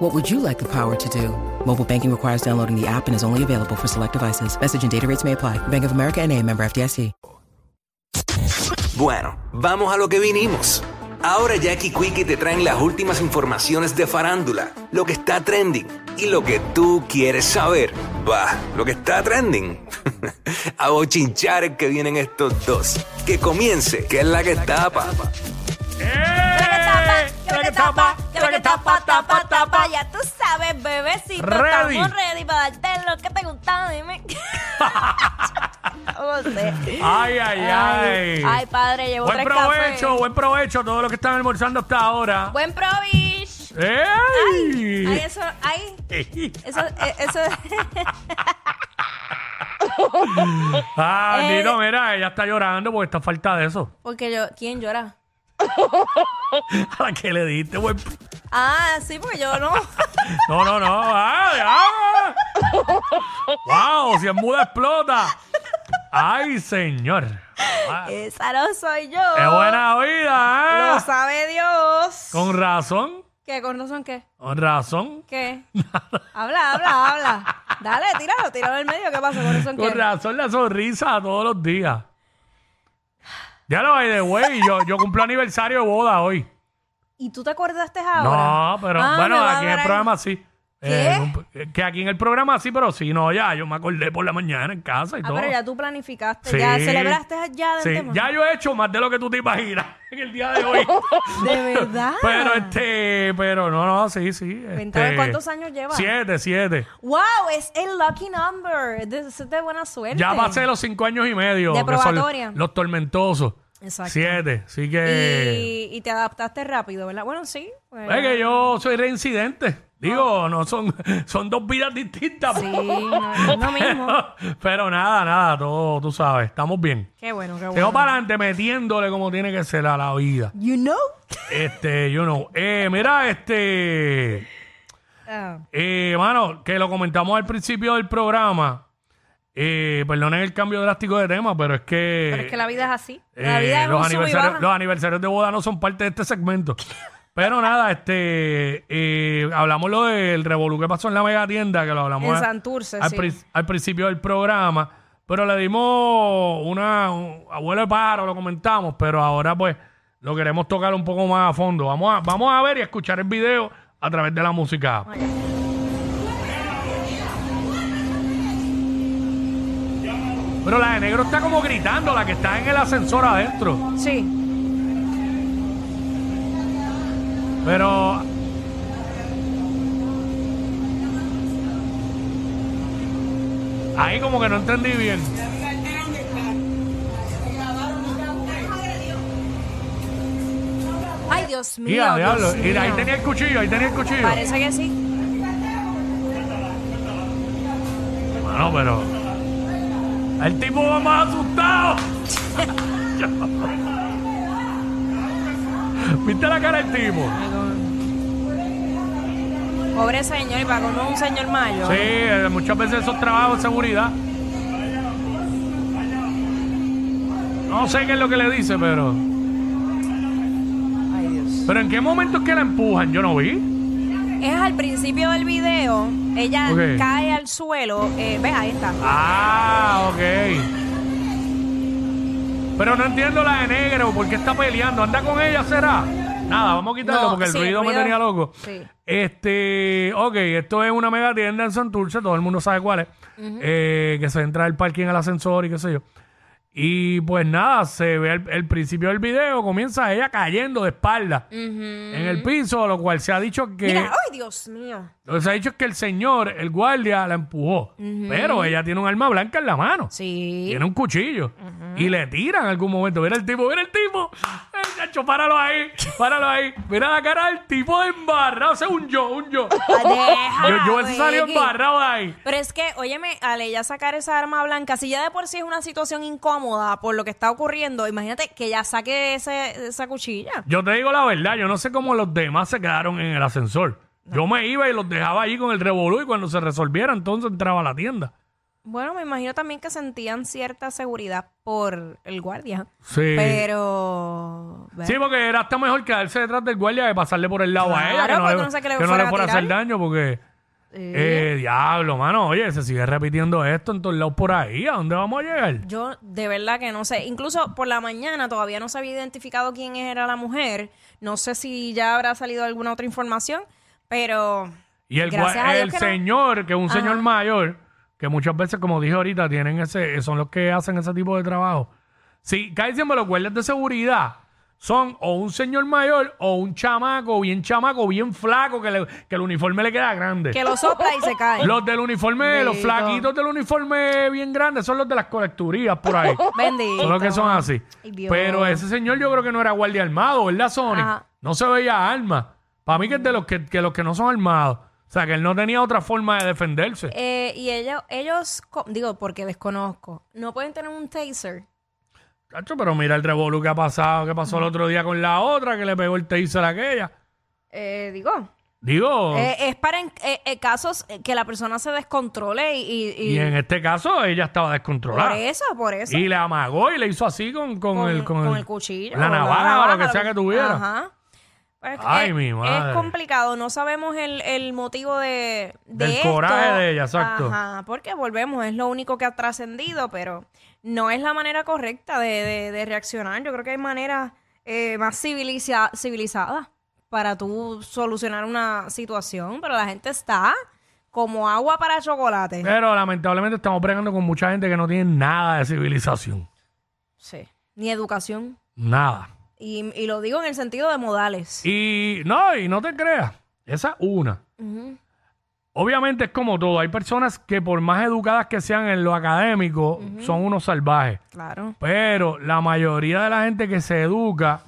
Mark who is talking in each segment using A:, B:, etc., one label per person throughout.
A: What would you like the power to do? Mobile banking requires downloading the app and is only available for select devices. Message and data rates may apply. Bank of America and a member FDIC.
B: Bueno, vamos a lo que vinimos. Ahora Jackie Quickie te traen las últimas informaciones de farándula, lo que está trending y lo que tú quieres saber. Va, lo que está trending. a bochinchar que vienen estos dos. Que comience, que es la que tapa.
C: que la que tapa, que la que tapa, tapa, tapa. Ya tú sabes, bebecito,
D: Ready.
C: estamos ready para darte lo que te gustaba, dime. No sé.
D: Ay, ay, ay.
C: Ay, padre, llevo
D: buen
C: tres
D: provecho,
C: cafés.
D: buen provecho a todos los que están almorzando hasta ahora.
C: Buen provis.
D: ¡Ey!
C: Ay, eso, ay, eso, eh, eso.
D: ah,
C: Eh.
D: Nino, mira, ella está llorando porque está falta de eso.
C: Porque yo, ¿quién llora?
D: ¿A la que le diste, buen pro-
C: Ah, sí, porque yo no.
D: No, no, no. ¡Ay, ah! wow Si es muda, explota. ¡Ay, señor! Ah,
C: Esa no Eh, soy yo.
D: ¡Qué buena vida,
C: Lo
D: eh!
C: sabe Dios.
D: Con razón,
C: ¿Qué? ¿Con razón qué?
D: con razón.
C: ¿Qué? habla, habla, habla. Dale, tíralo, tíralo del medio. ¿Qué pasa? ¿Con razón
D: Con
C: qué?
D: razón la sonrisa todos los días. Ya lo hay de güey. Yo, yo cumplo aniversario de boda hoy.
C: ¿Y tú te acordaste ahora?
D: No, pero
C: Ah,
D: bueno,
C: me va a
D: aquí en
C: dar
D: el
C: ahí.
D: programa sí.
C: ¿Qué?
D: cum- que aquí en el programa sí, pero sí, no, ya. Yo me acordé por la mañana en casa y
C: Ah,
D: todo.
C: pero ya tú planificaste,
D: Sí.
C: ya celebraste ya de
D: Sí, ya yo he hecho más de lo que tú te imaginas en el día de hoy.
C: De verdad.
D: pero este, pero no, no, sí, sí.
C: Cuéntame,
D: este,
C: ¿cuántos años llevas?
D: Siete, siete.
C: Wow, es el lucky number. Es de, es de buena suerte.
D: Ya pasé los cinco años y medio.
C: Este, De
D: que son
C: probatoria.
D: Los tormentosos.
C: Exacto.
D: Siete. Así que.
C: Y, y te adaptaste rápido, ¿verdad? Bueno, sí. eh,
D: Es que yo soy reincidente. Digo, no son, son dos vidas distintas.
C: Ah. Sí, no, es lo mismo.
D: Pero nada, nada, todo, tú sabes, estamos bien.
C: Qué bueno, qué
D: Tengo
C: bueno.
D: para adelante metiéndole como tiene que ser a la vida.
C: You know.
D: Este, yo no. Eh, mira, este.
C: Ah,
D: Eh, mano, que lo comentamos al principio del programa. Eh, perdonen el cambio drástico de tema, pero es que.
C: pero es que la vida es así.
D: eh,
C: La vida es
D: los,
C: un sub y baja.
D: aniversarios, los aniversarios de boda no son parte de este segmento. Pero nada, este eh, hablamos lo del revolú que pasó en la mega tienda, que lo hablamos
C: En
D: a-
C: Santurce,
D: al,
C: sí.
D: pri- al principio del programa, pero le dimos una un abuelo de paro, lo comentamos, pero ahora pues lo queremos tocar un poco más a fondo. Vamos a, vamos a ver y a escuchar el video a través de la música. Pero la de negro está como gritando, la que está en el ascensor adentro.
C: Sí.
D: Pero. Ahí como que no entendí bien.
C: Ay, Dios mío.
D: Mira,
C: Dios
D: diablo. Y ahí
C: mío.
D: tenía el cuchillo, ahí tenía el cuchillo.
C: Parece que sí.
D: Bueno, pero. El tipo va más asustado. ¿Viste la cara del tipo?
C: Pobre señor, y para como un señor mayor.
D: Sí, eh, muchas veces esos trabajos de seguridad. No sé qué es lo que le dice, pero.
C: Ay, Dios.
D: Pero en qué momento es que la empujan, yo no vi.
C: Es al principio del video, ella
D: Ok.
C: cae al suelo. Eh, ve, ahí está.
D: Ah, ok. Pero no entiendo la de negro, ¿por qué está peleando? ¿Anda con ella, será? Nada, vamos a quitarlo
C: No,
D: porque el
C: sí,
D: ruido, me
C: ruido-
D: tenía loco.
C: sí.
D: Este, ok, esto es una mega tienda en Santurce, todo el mundo sabe cuál es. Eh, que se entra el parking al ascensor y qué sé yo. Y pues nada, se ve el, el principio del video, comienza ella cayendo de espalda en el piso, lo cual se ha dicho que...
C: Mira, ¡ay, Dios mío!
D: Lo que se ha dicho es que el señor, el guardia, la empujó. Pero ella tiene un arma blanca en la mano.
C: Sí.
D: Tiene un cuchillo. Y le tiran en algún momento. Mira el tipo, mira el tipo. Chacho, páralo ahí, páralo ahí. Mira la cara del tipo de embarrado. Ese es un yo, un yo.
C: Ah, deja,
D: Yo, yo ese salió
C: Wiki.
D: embarrado de ahí.
C: Pero es que, óyeme, Ale, ya sacar esa arma blanca, si ya de por sí es una situación incómoda por lo que está ocurriendo, imagínate que ya saque ese, esa cuchilla.
D: Yo te digo la verdad, yo no sé cómo los demás se quedaron en el ascensor. Yo me iba y los dejaba allí con el revolú y cuando se resolviera entonces entraba a la tienda.
C: Bueno, me imagino también que sentían cierta seguridad por el guardia.
D: Sí.
C: Pero...
D: Sí, porque era hasta mejor quedarse detrás del guardia que pasarle por el lado a
C: Claro,
D: ella, que no,
C: porque
D: le,
C: no sé qué le
D: que no
C: fuera
D: le
C: a
D: fuera a hacer
C: tirar.
D: daño porque... Eh, diablo, mano, oye, se sigue repitiendo esto en todos lados por ahí, ¿a dónde vamos a llegar?
C: Yo de verdad que no sé. Incluso por la mañana todavía no se había identificado quién era la mujer. No sé si ya habrá salido alguna otra información, pero...
D: Y el,
C: gracias
D: gua-
C: a Dios
D: el
C: que no.
D: señor, que es un señor mayor, que muchas veces, como dije ahorita, tienen ese, son los que hacen ese tipo de trabajo. Sí, casi siempre los guardias de seguridad son o un señor mayor o un chamaco, bien chamaco, bien flaco, que, le- que el uniforme le queda grande.
C: Que lo sopla y se cae.
D: Los del uniforme, los
C: Bendito.
D: flaquitos del uniforme bien grandes, son los de las colecturías por ahí.
C: Bendito.
D: Son los que son así.
C: Ay, Dios.
D: Pero ese señor yo creo que no era guardia armado, ¿verdad, Sony?
C: Ajá.
D: No se veía arma. Para mí que es de los que, que los que no son armados. O sea, que él no tenía otra forma de defenderse.
C: Eh, y ellos, ellos, co- digo, porque desconozco, no pueden tener un taser.
D: Cacho, pero mira el revolú que ha pasado, que pasó el otro día con la otra, que le pegó el taser a aquella.
C: Eh, digo,
D: Digo,
C: eh, es para en- eh, eh, casos que la persona se descontrole y... y- y-
D: y en este caso ella estaba
C: por
D: descontrolada.
C: eso, por eso.
D: Y le amagó y le hizo así con, con, el, con el-
C: cuchillo.
D: La
C: o
D: navaja, o lo que sea que
C: cuch-
D: tuviera.
C: Ajá. Pues es-
D: Ay,
C: es,
D: mi madre.
C: Es complicado, no sabemos el, el motivo de, de
D: Del
C: esto.
D: coraje de ella, exacto.
C: Ajá, porque volvemos, es lo único que ha trascendido, pero no es la manera correcta de, de- de reaccionar. Yo creo que hay maneras eh, más civiliza- civilizadas para tú solucionar una situación, pero la gente está como agua para chocolate.
D: Pero lamentablemente estamos pregando con mucha gente que no tiene nada de civilización.
C: Sí. Ni educación.
D: Nada.
C: Y, y lo digo en el sentido de modales.
D: Y no, y no te creas. Esa es una.
C: Ujú.
D: Obviamente es como todo. Hay personas que por más educadas que sean en lo académico, son unos salvajes.
C: Claro.
D: Pero la mayoría de la gente que se educa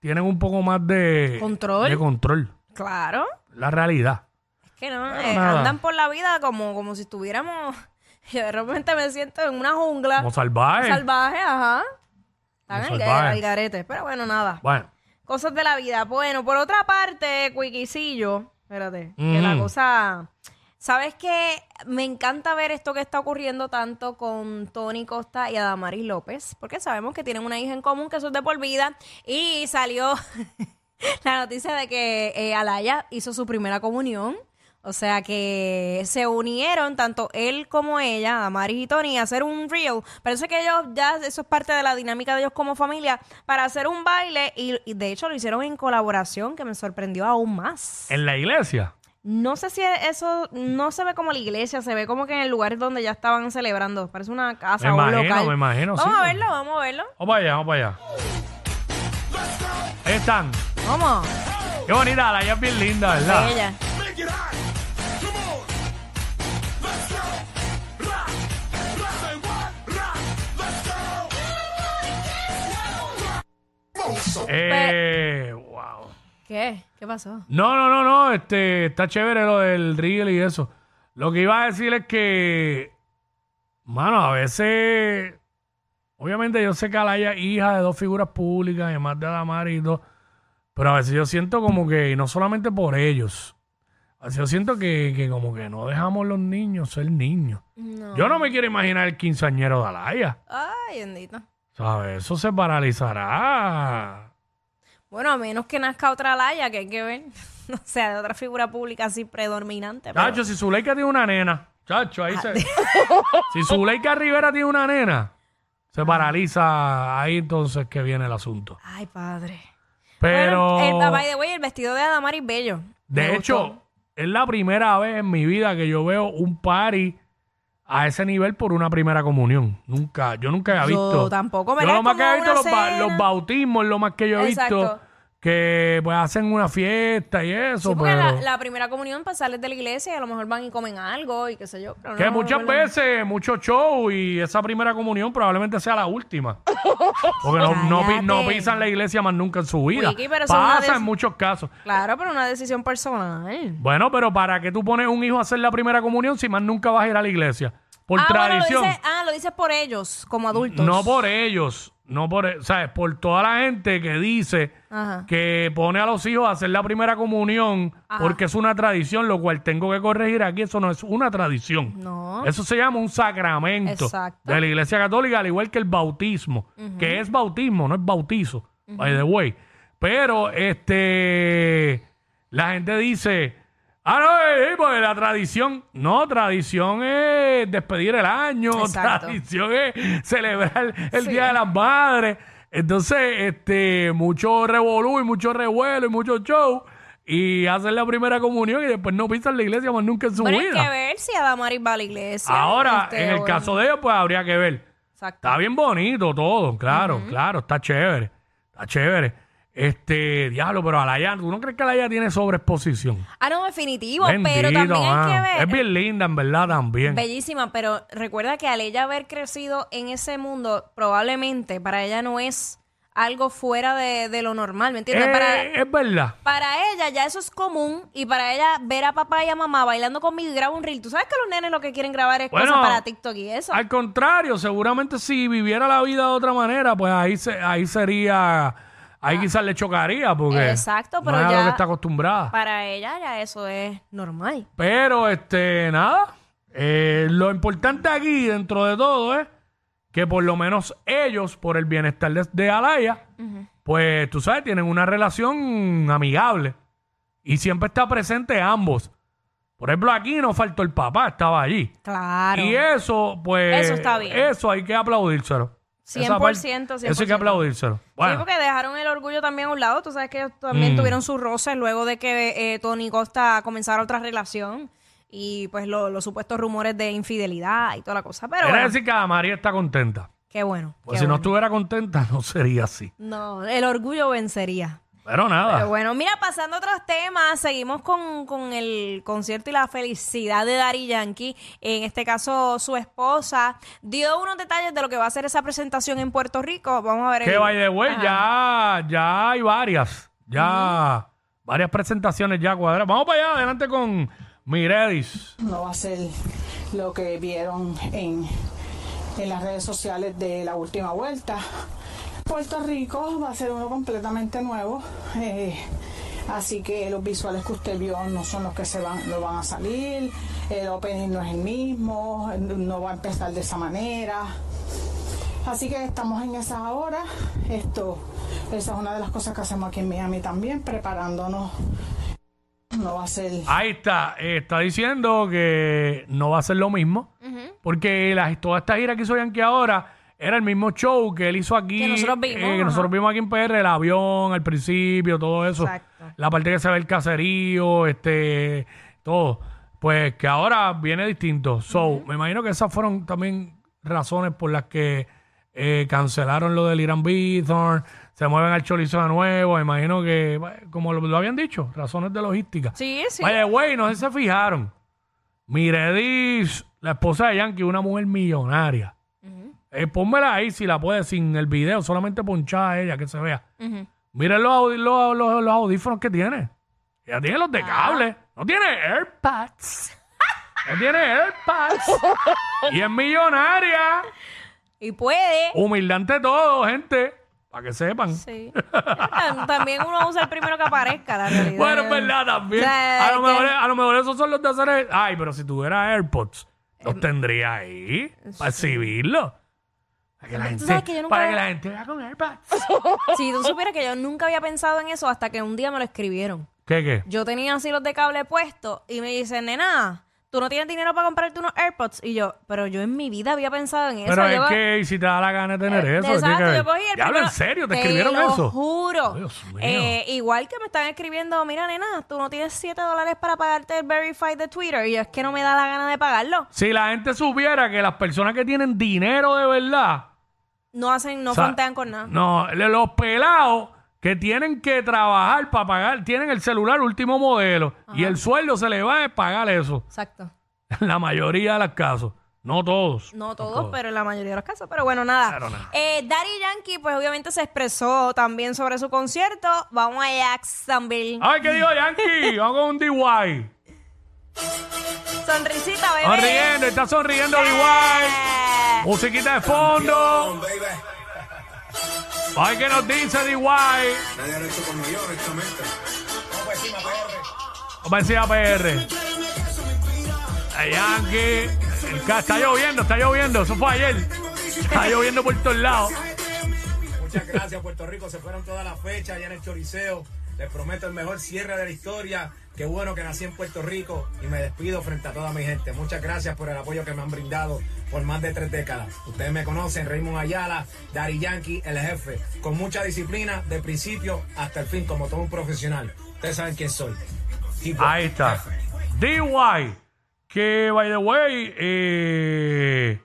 D: tienen un poco más de
C: Control.
D: De control.
C: Claro,
D: La realidad.
C: es que no,
D: Claro,
C: eh,
D: nada.
C: andan por la vida como, como si estuviéramos. Yo de repente me siento en una jungla
D: Como salvajes.
C: salvaje, ajá.
D: Como
C: Están al, ga-
D: salvaje.
C: al garete, pero bueno, nada.
D: bueno,
C: Cosas de la vida. Bueno, por otra parte, Cuiquicillo, espérate, que la
D: Mm.
C: cosa. ¿Sabes qué? Me encanta ver esto que está ocurriendo tanto con Tony Costa y Adamaris López, porque sabemos que tienen una hija en común, que eso es de por vida, y salió la noticia de que eh, Alaya hizo su primera comunión. O sea que se unieron tanto él como ella, Damaris y Tony, a hacer un reel. Parece que ellos ya, eso es parte de la dinámica de ellos como familia, para hacer un baile. Y, y de hecho lo hicieron en colaboración, que me sorprendió aún más.
D: en la iglesia.
C: No sé si eso no se ve como la iglesia, se ve como que en el lugar donde ya estaban celebrando. Parece una casa
D: Me
C: o un
D: imagino,
C: local.
D: me imagino,
C: Vamos
D: sí.
C: a verlo, vamos a verlo.
D: Vamos para allá, vamos para allá. Ahí están.
C: Vamos.
D: Qué bonita, la ella es bien linda, ¿verdad?
C: Ella.
D: Eh, wow.
C: ¿Qué? ¿Qué pasó?
D: No, no, no, no, este, está chévere lo del reel y eso. Lo que iba a decir es que, mano, a veces, obviamente yo sé que Alaya es hija de dos figuras públicas, además de Adamari y todo, pero a veces yo siento como que, y no solamente por ellos, a veces yo siento que, que como que no dejamos los niños ser niños.
C: No.
D: Yo no me quiero imaginar el quinceañero de Alaya,
C: Ay, bendito.
D: ¿sabes? Eso se paralizará.
C: Bueno, a menos que nazca otra laya, que hay que ver. O sea, de otra figura pública así predominante. pero-
D: Chacho, si Zuleika tiene una nena, chacho, ahí se.
C: Ah,
D: si Zuleika Rivera tiene una nena, se paraliza ahí entonces que viene el asunto.
C: Ay, padre.
D: Pero.
C: Bueno, el, ah, by the way, el vestido de Adamaris Bello.
D: de
C: Me
D: hecho,
C: gustó.
D: es la primera vez en mi vida que yo veo un party a ese nivel por una primera comunión. Nunca, yo nunca había
C: Yo
D: visto.
C: tampoco,
D: Yo
C: ¿verdad?
D: lo más que
C: Como
D: he visto
C: una
D: los, ba-
C: cena.
D: los bautismos, lo más que yo he
C: Exacto.
D: visto que pues hacen una fiesta y eso,
C: Sí, porque
D: pero...
C: la, la primera comunión para sales de la iglesia y a lo mejor van y comen algo y qué sé yo. pero
D: Que
C: no,
D: muchas
C: ¿verdad?
D: veces, muchos shows y esa primera comunión probablemente sea la última. Porque no, no, pi- no
C: Cállate.
D: pisan la iglesia más nunca en su vida.
C: Wiki, pero eso es una
D: Pasa
C: des-
D: en muchos casos.
C: Claro, pero una decisión personal.
D: Bueno, pero ¿para qué tú pones un hijo a hacer la primera comunión si más nunca vas a ir a la iglesia? Por
C: ah, bueno,
D: tradición.
C: lo dices, ah, lo dices por ellos, como adultos.
D: No por ellos, no por, e- ¿sabes? Por toda la gente que dice
C: Ajá.
D: que pone a los hijos a hacer la primera comunión porque es una tradición, lo cual tengo que corregir aquí, eso no es una tradición.
C: No.
D: Eso se llama un sacramento
C: Exacto.
D: de la Iglesia Católica, al igual que el bautismo, que es bautismo, no es bautizo, by the way. Pero este la gente dice, ah, no, eh, eh, pues la tradición, no, tradición es despedir el año,
C: Exacto.
D: tradición es celebrar el
C: Sí.
D: Día de las Madres. Entonces, este, mucho revolú y mucho revuelo y mucho show. Y hacen la primera comunión y después no pisan la iglesia más nunca en su
C: Bueno, hay
D: vida.
C: que ver si Adamaris va a la iglesia.
D: Ahora,
C: este,
D: en el
C: o-
D: caso de ellos, pues habría que ver.
C: Exacto.
D: Está bien bonito todo, claro, claro, está chévere, está chévere. Este, diablo, pero Alaya, ¿tú no crees que Alaya tiene sobreexposición?
C: Ah, no, definitivo,
D: Bendito,
C: pero también hay que
D: mano.
C: ver.
D: Es bien linda, en verdad, también.
C: Bellísima, pero recuerda que al ella haber crecido en ese mundo, probablemente para ella no es algo fuera de, de lo normal, ¿me entiendes?
D: Eh,
C: para,
D: Es verdad.
C: para ella ya eso es común y para ella ver a papá y a mamá bailando conmigo y graba un reel. Tú sabes que los nenes lo que quieren grabar es
D: Bueno,
C: cosas para TikTok y eso.
D: Al contrario, seguramente si viviera la vida de otra manera, pues ahí se, ahí sería, ahí quizás le chocaría, porque
C: Ah. Exacto,
D: no
C: pero
D: es a lo
C: ya-
D: que está acostumbrada.
C: Para ella ya eso es normal.
D: Pero, este, nada. eh, lo importante aquí, dentro de todo, es que por lo menos ellos, por el bienestar de, de Alaya, pues tú sabes, tienen una relación amigable. Y siempre está presente ambos. Por ejemplo, aquí no faltó el papá, estaba allí.
C: Claro.
D: Y eso, pues.
C: Ah, Eso está bien.
D: Eso hay que aplaudírselo. Esa
C: 100%,
D: parte- Eso hay que
C: 100%.
D: aplaudírselo. Bueno,
C: Sí, porque dejaron el orgullo también a un lado. Tú sabes que ellos también
D: Mm.
C: tuvieron sus roces luego de que eh, Tony Costa comenzara otra relación y pues lo- los supuestos rumores de infidelidad y toda la cosa. Pero
D: quiere
C: bueno,
D: decir que María está contenta.
C: qué bueno.
D: Pues
C: qué
D: si no
C: bueno.
D: estuviera contenta, no sería así.
C: No, el orgullo vencería.
D: Pero nada.
C: Pero bueno, mira, pasando a otros temas, seguimos con, con el concierto y la felicidad de Dari Yankee. En este caso, su esposa dio unos detalles de lo que va a ser esa presentación en Puerto Rico. Vamos a ver.
D: Que
C: el-
D: by the way,
C: Ajá.
D: ya, ya hay varias, ya varias presentaciones ya cuadradas. Vamos para allá, adelante con Miredis.
E: no va a ser lo que vieron en, en las redes sociales de la última vuelta. Puerto Rico va a ser uno completamente nuevo, eh, así que los visuales que usted vio no son los que se van, no van a salir, el opening no es el mismo, no va a empezar de esa manera. Así que estamos en esa hora. Esto, esa es una de las cosas que hacemos aquí en Miami también, preparándonos. No va a ser
D: Ahí está, eh, está diciendo que no va a ser lo mismo, porque las, toda esta gira que hizo Yankee ahora era el mismo show que él hizo aquí.
C: Que nosotros vimos,
D: eh, que
C: ajá.
D: nosotros vimos aquí en PR, el avión al principio, todo eso.
C: Exacto.
D: La parte que se ve el caserío, este, todo. Pues que ahora viene distinto. So, me imagino que esas fueron también razones por las que eh, cancelaron lo del Irán Bithorn, se mueven al chorizo de nuevo. Me imagino que, bueno, como lo, lo habían dicho, razones de logística.
C: Sí, sí.
D: Vaya, güey, no sé si se fijaron. Miredis, la esposa de Yankee, una mujer millonaria. Eh, pónmela ahí si la puedes, sin el video, solamente ponchada a ella, que se vea.
C: Ujú.
D: Miren los, audi- los- los- los audífonos que tiene. Ella tiene los de
C: Ah.
D: cable. No tiene AirPods. No tiene AirPods. y es millonaria.
C: Y puede.
D: Humilde ante todo, gente. Para que sepan.
C: Sí. Tam- También uno usa el primero que aparezca, la realidad.
D: Bueno, es verdad también.
C: O sea,
D: A lo,
C: que-
D: mejor, a lo mejor esos son los de hacer. el- Ay, pero si tuviera AirPods,
C: Em,
D: los tendría ahí para exhibirlo. Para que, la
C: Tú
D: gente,
C: sabes que yo nunca
D: para
C: había-
D: que la gente vea con AirPods.
C: Si tú supieras que yo nunca había pensado en eso hasta que un día me lo escribieron.
D: ¿Qué, qué?
C: Yo tenía así los de cable puestos y me dicen, nena, tú no tienes dinero para comprarte unos AirPods. Y yo, pero yo en mi vida había pensado en eso.
D: Pero
C: Yo- Eh,
D: es que y si te da la gana de tener eso. ¿qué tiene que
C: Exacto,
D: ver?
C: yo cogí el
D: Diablo,
C: primero-
D: en serio, te,
C: Te
D: escribieron
C: lo
D: eso. Oh,
C: juro.
D: Dios mío.
C: Eh, igual que me están escribiendo, mira, nena, tú no tienes 7 dólares para pagarte el Verify de Twitter. Y yo, es que no me da la gana de pagarlo.
D: Si la gente supiera que las personas que tienen dinero de verdad,
C: No hacen, no
D: O sea,
C: frontean con nada.
D: No, le- los pelados que tienen que trabajar para pagar, tienen el celular último modelo y el sueldo se le va a pagar eso.
C: Exacto.
D: En la mayoría de los casos. No todos.
C: No todos, pero en la mayoría de los casos. Pero bueno, nada. Eh, Daddy Yankee, pues obviamente se expresó también sobre su concierto. Vamos a Jacksonville.
D: ¡Ay, qué digo, Yankee! Vamos con un DY.
C: Sonrisita, bebé.
D: Sonriendo, está sonriendo DY.
C: Eh,
D: Musiquita de fondo. ¡Ay, que nos dice DY! Ofensiva PR. Ay, Yankee. El ca- Está lloviendo, está lloviendo. Eso fue ayer. Está lloviendo por todos lados.
F: Muchas gracias, Puerto Rico. Se fueron todas las fechas allá en el Choriceo. Les prometo el mejor cierre de la historia. Qué bueno que nací en Puerto Rico y me despido frente a toda mi gente. Muchas gracias por el apoyo que me han brindado por más de tres décadas. Ustedes me conocen, Raymond Ayala, Dari Yankee, el jefe, con mucha disciplina de principio hasta el fin, como todo un profesional. Ustedes saben quién soy. Tipo,
D: Ahí está.
F: jefe.
D: DY. Que, by the way, eh,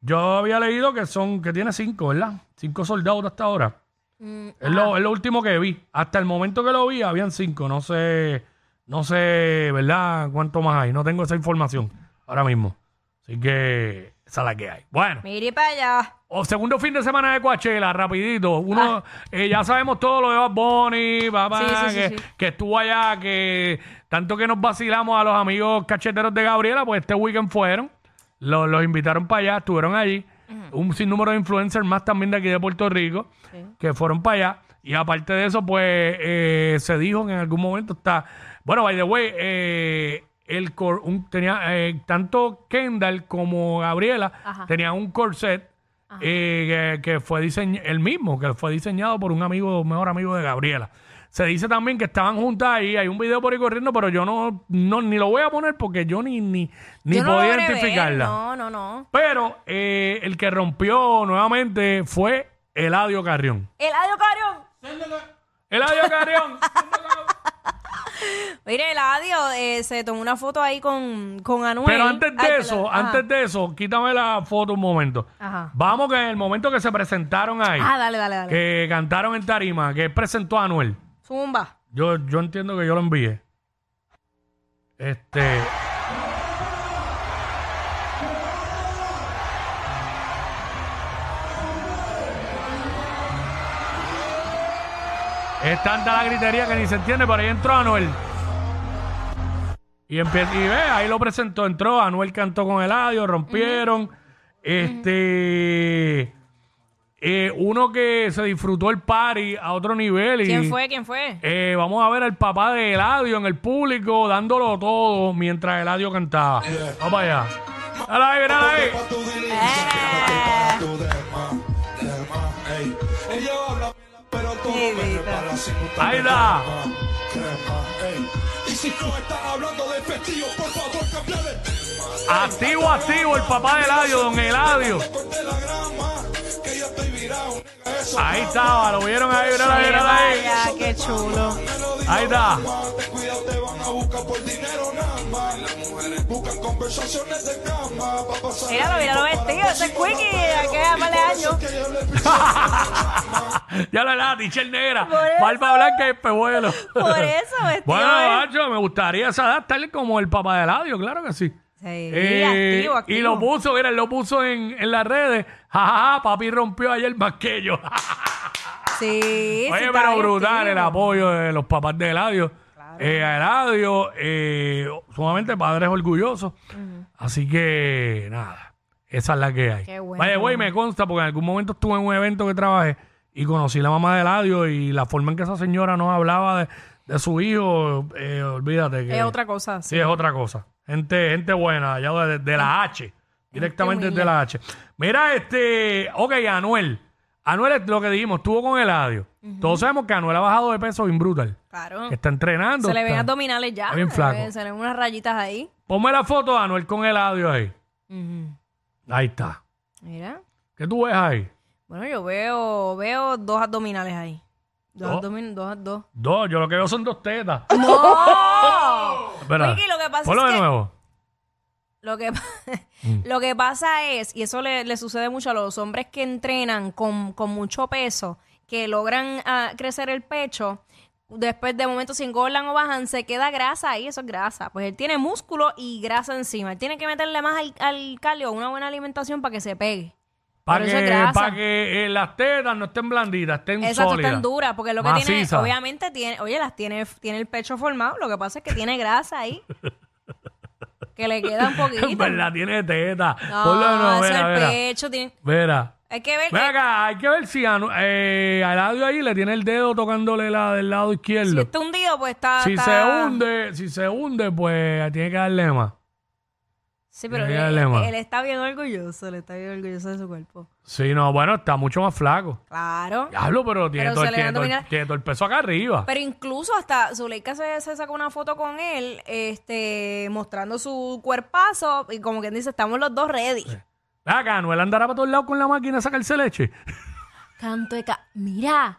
D: yo había leído que son que tiene cinco, ¿verdad? Cinco soldados hasta ahora.
C: Mm,
D: es, lo, es lo último que vi. Hasta el momento que lo vi, habían cinco. No sé, no sé, ¿verdad? Cuánto más hay. No tengo esa información ahora mismo. Así que esa es la que hay. Bueno.
C: Mire para allá.
D: O segundo fin de semana de Coachella, rapidito. Uno, eh, ya sabemos todo lo de Bad Bunny, papá,
C: Ah. Sí, sí, sí,
D: que,
C: sí.
D: que estuvo allá, que tanto que nos vacilamos a los amigos cacheteros de Gabriela, pues este weekend fueron, lo- los invitaron para allá, estuvieron allí. Un sinnúmero de influencers más también de aquí de Puerto Rico, que fueron para allá. Y aparte de eso, pues eh, se dijo que en algún momento está. Bueno, by the way, eh, el cor- un- tenía, eh, tanto Kendall como Gabriela
C: Ajá.
D: tenían un corset eh, que, que fue diseñado, el mismo, que fue diseñado por un amigo, mejor amigo de Gabriela. Se dice también que estaban juntas ahí, hay un video por ahí corriendo, pero yo no, no ni lo voy a poner porque yo ni, ni, ni
C: Yo no lo
D: podía
C: logré ver.
D: identificarla.
C: No, no, no.
D: Pero eh, el que rompió nuevamente fue Eladio Carrión.
C: Eladio Carrión.
D: Eladio Carrión.
C: Mire, Eladio eh, se tomó una foto ahí con, con Anuel.
D: Pero antes
C: Ay,
D: de eso,
C: perdón. Ah. Ajá.
D: antes de eso, quítame la foto un momento.
C: Ajá.
D: Vamos que en el momento que se presentaron ahí,
C: Ah, dale, dale, dale.
D: que cantaron en tarima, que presentó a Anuel.
C: Zumba.
D: Yo, yo entiendo que yo lo envié. Este. Es tanta la gritería que ni se entiende, pero ahí entró Anuel. Y, empie- y ve, ahí lo presentó, entró, Anuel cantó con Eladio, rompieron. Este. eh, uno que se disfrutó el party a otro nivel. Y,
C: ¿Quién fue? ¿Quién fue?
D: eh, vamos a ver al papá de Eladio en el público dándolo todo mientras Eladio cantaba. Vamos para allá. Mírala ahí, mírala ahí.
C: Eh.
D: Ahí está.
G: Y si no estás hablando de festivos, por favor, cambia de
D: Activo, activo, el papá de Eladio, don Eladio.
G: corte la grama, que yo estoy virado. nega, Eso,
D: Ahí estaba, lo vieron ahí, mírala ahí, mírala ahí.
C: Vaya, qué chulo.
D: Ahí está.
G: te cuidado, te van a buscar por dinero nada más. Las mujeres buscan conversaciones de cama. Pa pasar
C: Míralo, míralo vestido. Ese es Quickie. ¿A qué par de años?
G: que yo le
D: Ya la la, tichel negra, barba blanca y espejuelo.
C: Por eso, vestido.
D: Bueno,
C: de-
D: macho, me gustaría esa edad tal como el papá de Eladio, claro que sí.
C: Sí,
D: Eh,
C: activo, activo.
D: Y lo puso, mira, él lo puso en, en las redes. Ja, ja, ja, papi rompió ayer más que yo.
C: Sí, sí,
D: Oye,
C: está
D: pero
C: bien
D: brutal
C: activo.
D: el apoyo de los papás de Eladio. Eh, a Eladio, eh, sumamente padres orgullosos. Así que, nada, esa es la que hay.
C: Qué bueno.
D: Vaya, güey, me consta, porque en algún momento estuve en un evento que trabajé y conocí la mamá de Eladio y la forma en que esa señora nos hablaba de, de su hijo, eh, olvídate que...
C: Es otra cosa.
D: Sí, es otra cosa. Gente, gente buena, allá de, de la H. Directamente de la H. Mira, este. Ok, Anuel. Anuel es lo que dijimos, estuvo con Eladio. Todos sabemos que Anuel ha bajado de peso bien brutal.
C: Claro.
D: Está entrenando.
C: Ah. Se le ven
D: está-
C: abdominales ya.
D: está bien flaco.
C: eh, Se le ven unas rayitas ahí.
D: Ponme la foto de Anuel con Eladio ahí.
C: Ujú.
D: Ahí está.
C: Mira.
D: ¿Qué tú ves ahí?
C: Bueno, yo veo, veo dos abdominales ahí. Dos
D: Dos. ¡Oh!
C: abdominales, dos, dos.
D: Dos, yo lo que veo son dos tetas.
C: ¡No!
D: Espera,
C: Ricky, lo que pasa
D: ponlo
C: es
D: de
C: que-
D: nuevo.
C: Lo que, pa-
D: Mm.
C: lo que pasa es, y eso le, le sucede mucho a los hombres que entrenan con, con mucho peso, que logran ah, crecer el pecho, después de momento se engordan o bajan, se queda grasa ahí, eso es grasa. Pues él tiene músculo y grasa encima. Él tiene que meterle más al, al cardio, una buena alimentación para que se pegue.
D: Para
C: Pero eso es
D: que,
C: grasa.
D: pa' que eh, las tetas no estén blanditas, estén
C: Exacto,
D: sólidas.
C: están duras, porque lo que
D: macizas.
C: tiene, obviamente tiene, oye, las tiene, tiene el pecho formado, lo que pasa es que tiene grasa ahí. que le queda un poquito.
D: En verdad, tiene tetas.
C: No,
D: Por lo menos,
C: es
D: mira,
C: el
D: mira.
C: pecho, tiene,
D: Mira.
C: hay que ver
D: Ven
C: que-
D: acá, hay que ver si a, eh, al audio ahí le tiene el dedo tocándole la del lado
C: si
D: izquierdo.
C: está hundido, pues está.
D: Si
C: está-
D: se hunde, si se hunde, pues tiene que darle más.
C: Sí, pero
D: Tiene que
C: él,
D: darle más.
C: él está bien orgulloso, él está bien orgulloso de su cuerpo.
D: Sí, no, bueno, está mucho más flaco.
C: Claro.
D: Diablo, pero tiene,
C: Pero
D: todo,
C: se le
D: tiene
C: dan
D: todo-
C: dominar- Pues
D: tiene todo el peso acá arriba.
C: Pero incluso hasta Zuleika se, se sacó una foto con él, este, mostrando su cuerpazo, y como quien dice, estamos los dos ready.
D: Ven acá, Anuel andará para todos lados con la máquina a sacarse leche.
C: Canto de ca- Mira.